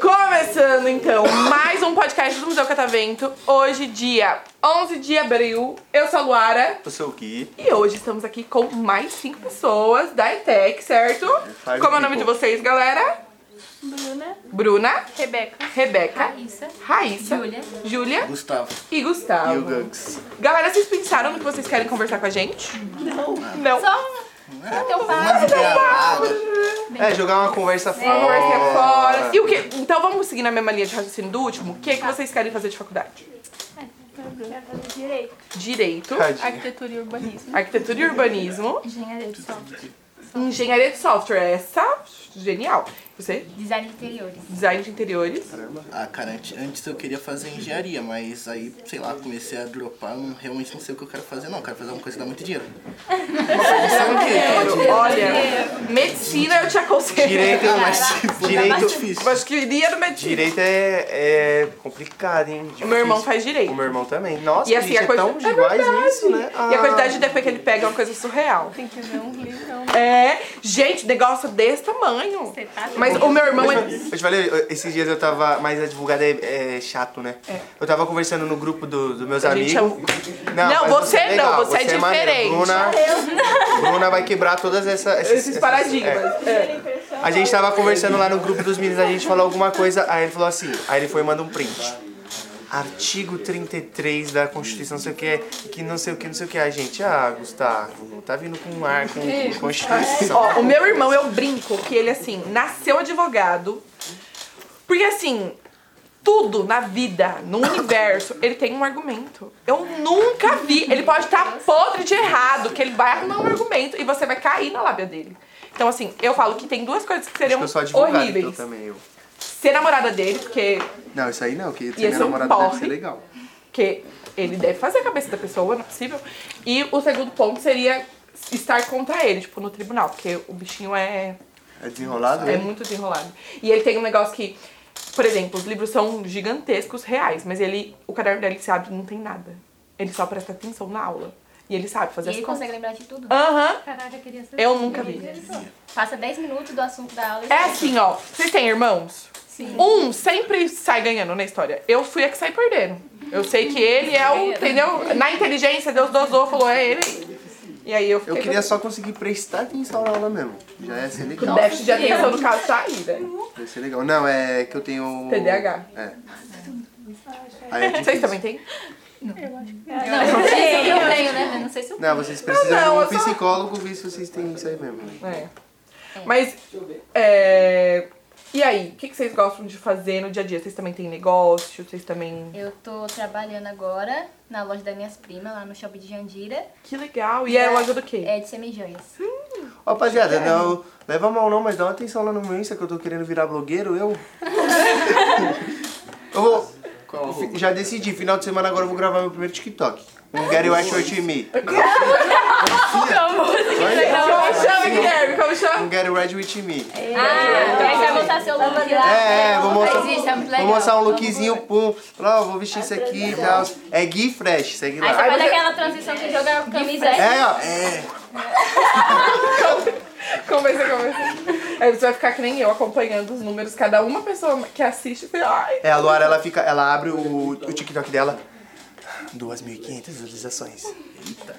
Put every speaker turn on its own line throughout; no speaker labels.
Começando então mais um podcast do Museu Catavento. Hoje, dia 11 de abril. Eu sou a Luara.
Eu sou o Gui.
E hoje estamos aqui com mais cinco pessoas da ETEC, certo?
Five
Como é o nome
people.
de vocês, galera?
Bruna,
Bruna,
Rebeca,
Rebeca,
Raíssa,
Raíssa,
Júlia.
Júlia
Gustavo.
e Gustavo.
E o Gugs.
Galera, vocês pensaram no que vocês querem conversar com a gente? Não.
Ah.
Não.
só teu
Uma
pai.
ideia errada. É, jogar uma conversa
Uma
fora.
conversinha fora. E o que? Então vamos seguir na mesma linha de raciocínio do último. O que, que vocês querem fazer de faculdade?
É, Quero fazer direito,
Direito,
Tadinha.
arquitetura e urbanismo.
arquitetura e urbanismo,
Engenharia de software.
engenharia de software. Essa, genial. Você?
Design de interiores.
Design de interiores.
Ah, cara, antes, antes eu queria fazer engenharia, mas aí, sei lá, comecei a dropar, não, realmente não sei o que eu quero fazer, não. Eu Quero fazer uma coisa que dá muito dinheiro.
Sabe o que?
Olha,
É.
medicina eu te aconselho.
Direito,
Ah, mas tipo,
Direito.
direito eu fiz.
Mas que iria no medicina.
direito é, é complicado, hein?
O meu irmão
Difícil.
faz direito.
O meu irmão também. Nossa,
E assim,
eles
a coisa...
é tão iguais
verdade.
nisso, né?
E a
Ah.
quantidade de DP que ele pega é uma coisa surreal.
Tem que ver um livro.
É, gente, negócio desse tamanho.
Você tá
Mas o meu irmão é...
Eu te falei, eu- esses dias eu tava. Mas advogado é, é chato, né?
É.
Eu tava conversando no grupo do- dos meus
A
amigos.
gente Não,
mas
você não,
legal,
você é
maneiro.
diferente.
Bruna, Bruna vai quebrar todas essa, essas-
Esses
essas- é.
paradigmas. É.
A gente tava conversando lá no grupo dos meninos, a gente falou alguma coisa, aí ele falou assim, aí ele foi e manda um print. Artigo 33 da Constituição, não sei o que, que não sei o que, não sei o que. A gente, ah, Gustavo, tá vindo com ar, com, com Constituição.
Ó, o meu irmão, eu brinco que ele, assim, nasceu advogado. Porque, assim, tudo na vida, no universo, ele tem um argumento. Eu nunca vi. Ele pode estar podre de errado, que ele vai arrumar um argumento e você vai cair na lábia dele. Então, assim, eu falo que tem duas coisas que
Acho
seriam
que eu sou advogado, então
horríveis.
também eu.
Ser namorada dele, porque
Não, isso aí não, que
Ia
ser
ser
minha
um
namorada deve
porre.
ser legal.
que ele deve fazer a cabeça da pessoa, não é possível. E o segundo ponto seria estar contra ele, tipo, no tribunal, porque o bichinho é,
É desenrolado?
é
né?
muito desenrolado. E ele tem um negócio que, por exemplo, os livros são gigantescos, reais, mas ele, o caderno dele que se abre não tem nada. Ele só presta atenção na aula. E ele sabe
E
fazer as
ele
coisas.
consegue lembrar de tudo.
Aham.
Caraca, eu queria ser.
Eu nunca vi.
Passa 10 minutos do assunto da aula. e-
É assim, ó. Vocês têm irmãos?
Sim.
Um sempre sai ganhando na história. Eu fui a que sai perdendo. Eu sei que ele é o, entendeu? Na inteligência, Deus dosou, falou, é ele. E aí eu
Eu
fiquei...
queria só conseguir prestar atenção na aula mesmo. Já ia ser
com
legal.
déficit de atenção no caso saída.
Ia ser legal. Não, é que eu tenho.
TDAH.
É. Aí é
Vocês
difícil.
também têm?
É, Não, eu sei se eu tenho, né? mas Não sei se eu
Não, vocês precisam
Não, não,
de um
eu só-
psicólogo ver se vocês têm isso aí mesmo. né?
É. Mas, é... E aí, o que que vocês gostam de fazer no dia a dia? Vocês também têm negócio? Vocês também...
Eu tô trabalhando agora na loja das minhas primas, lá no shopping de Jandira.
Que legal. E é a loja do quê?
É de semijoias.
Ó,
É.
Rapaziada, não leva mal não, mas dá uma atenção lá no meu Insta que eu tô querendo virar blogueiro, eu. eu vou. fi- Já decidi, final de semana agora eu vou gravar meu primeiro TikTok. Um Gary White 8 e meio.
Como chama, Guilherme? Como chama?
Um Gary White 8 e meio.
Ah, então vai montar seu look lá.
É, é, vou mostrar,
Mas isso é muito
vou
legal.
mostrar um lookzinho, pum. Falar, ó, vou vestir isso aqui e tal. É Gui Fresh, segue
Aí você
lá.
faz aquela transição que joga a camisa né? aí.
É, ó. É.
Comecei, comecei. Aí você vai ficar que nem eu, acompanhando os números. Cada uma pessoa que assiste, você, ai.
É, a Luara, ela fica, ela abre o, o TikTok dela. 2.500 visualizações. Eita.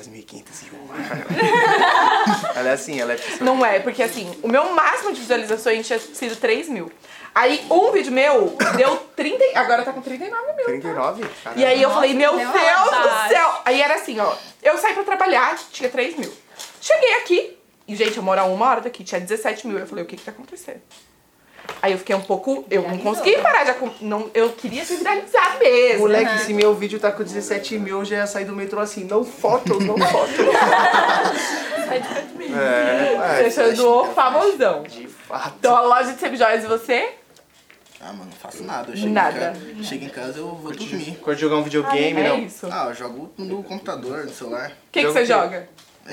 2.501. ela é assim, ela é pessoa.
Não é, porque assim, o meu máximo de visualizações tinha sido 3 mil. Aí um vídeo meu deu 30. e- Agora tá com 39 mil.
39? Caramba.
E aí eu falei, meu
deu uma
Deus do
vantagem.
céu! Aí era assim, ó. Eu saí pra trabalhar, tinha 3 mil. Cheguei aqui, e gente, eu moro a uma hora daqui, tinha 17 mil. Eu falei, o que que tá acontecendo? Aí eu fiquei um pouco. Eu não
Viralizou.
consegui parar de. acom- Não, eu queria se viralizar mesmo.
Moleque, se meu vídeo tá com 17 mil, eu já ia sair do metrô assim, não foto, não foto. é, ué,
Deixando o famosão.
de fato.
Então a loja de semijoias e você?
Ah, mano, não faço nada. Eu chego
Nada.
Em casa, chego em casa, eu vou dormir.
Quando jogar um videogame,
é
não.
isso. O
Ah, eu jogo no computador, no celular.
que, que
Jogo
você
que-
joga?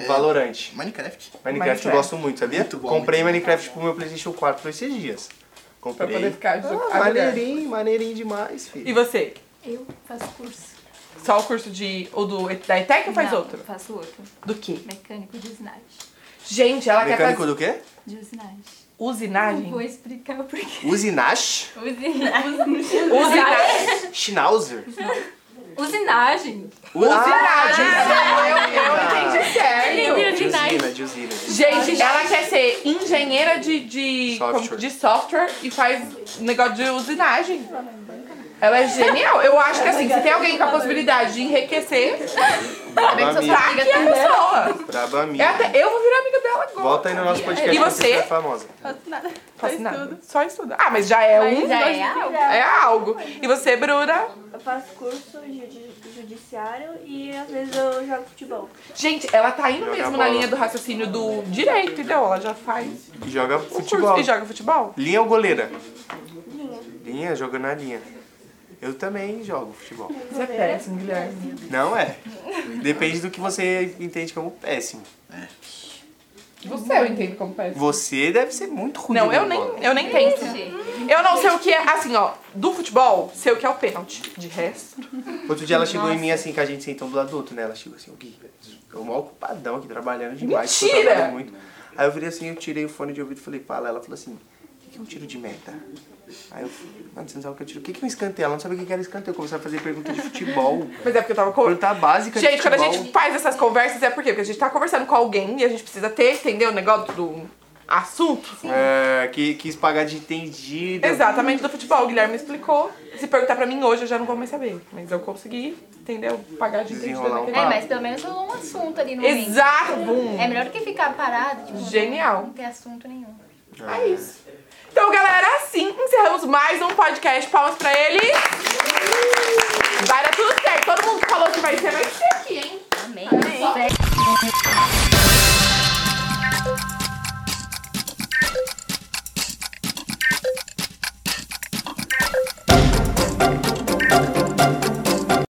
Valorante.
Minecraft.
Minecraft eu
Minecraft.
gosto muito, sabia?
Muito bom,
Comprei Minecraft pro meu Playstation 4 por esses dias.
Pra
Comprei.
poder ficar jogando.
maneirinho, maneirinho demais, filho.
E você?
Eu faço curso.
Só o curso de. ou do, da ETEC ou faz
Não,
outro?
Faço outro.
Do que?
Mecânico de usinagem.
Gente, ela
Mecânico
quer fazer
do quê?
De usinagem. Não
usinagem.
vou explicar o porquê.
Usinash?
Usinagem.
Usinagem.
Schnauzer?
Usinagem.
Usinagem. Ah, Eu, eu entendi
Ele-
certo.
de usinagem.
Usina, de usina. de-
Ah. Gente, ela quer ser engenheira de, de,
Software.
como- de software e faz negócio de usinagem. Ela é genial. Eu acho que assim, se tem alguém com a possibilidade de enriquecer,
Braba amiga.
tá aqui a pessoa.
Braba
Eu,
amiga.
É até, eu vou virar amiga dela agora.
Volta aí no nosso podcast.
E
que
você?
é famosa.
Faço nada.
Faço nada. assim, Só estudo. Ah, mas já é um.
Já
dois,
é algo.
É algo. E você, Bruna?
Eu faço curso judi- judiciário e às vezes eu jogo futebol.
Gente, ela tá indo
Joga
mesmo na
bola.
linha do raciocínio do direito, entendeu? Ela já faz
E joga
o
futebol.
curso e joga futebol.
Linha ou goleira?
Linha.
Linha, joga na linha. Eu também jogo futebol.
Você é péssimo, Guilherme.
Não é. Depende do que você entende como péssimo.
Você eu entendo como péssimo.
Você deve ser muito ruim.
Não, eu
na
nem,
bola.
eu nem tento. Eu não sei o que é, assim, ó, do futebol, sei o que é o pênalti. De resto.
Outro dia ela chegou em mim assim, que a gente sentou do adulto, né? Ela chegou assim, o Gui, eu mal ocupadão aqui, trabalhando demais. tô
Mentira!
trabalhando muito. Aí eu virei assim, eu tirei o fone de ouvido e falei, fala. Ela falou assim, o que que é um tiro de meta? Aí eu falei, mano, você não sabe o que eu tiro. O que que é um escanteio? Ela não sabia o que que era escanteio. Eu comecei a fazer pergunta de futebol.
Mas é porque eu tava com.
Pergunta básica de
Gente, quando a
futebol.
gente faz essas conversas é por quê? Porque a gente tá conversando com alguém e a gente precisa ter, entendeu? O negócio do assunto.
É, que quis pagar de entendido.
Exatamente, do futebol. O Guilherme explicou. Se perguntar pra mim hoje, eu já não vou mais saber. Mas eu consegui, entendeu? Pagar de entendida
Desenrolar um
naquele
É, mas pelo menos rolou um assunto ali no momento.
Exato! Boom.
É melhor do que ficar parado, tipo,
Genial.
não ter assunto nenhum.
É isso. Então, galera, assim encerramos mais um podcast. Palmas pra ele.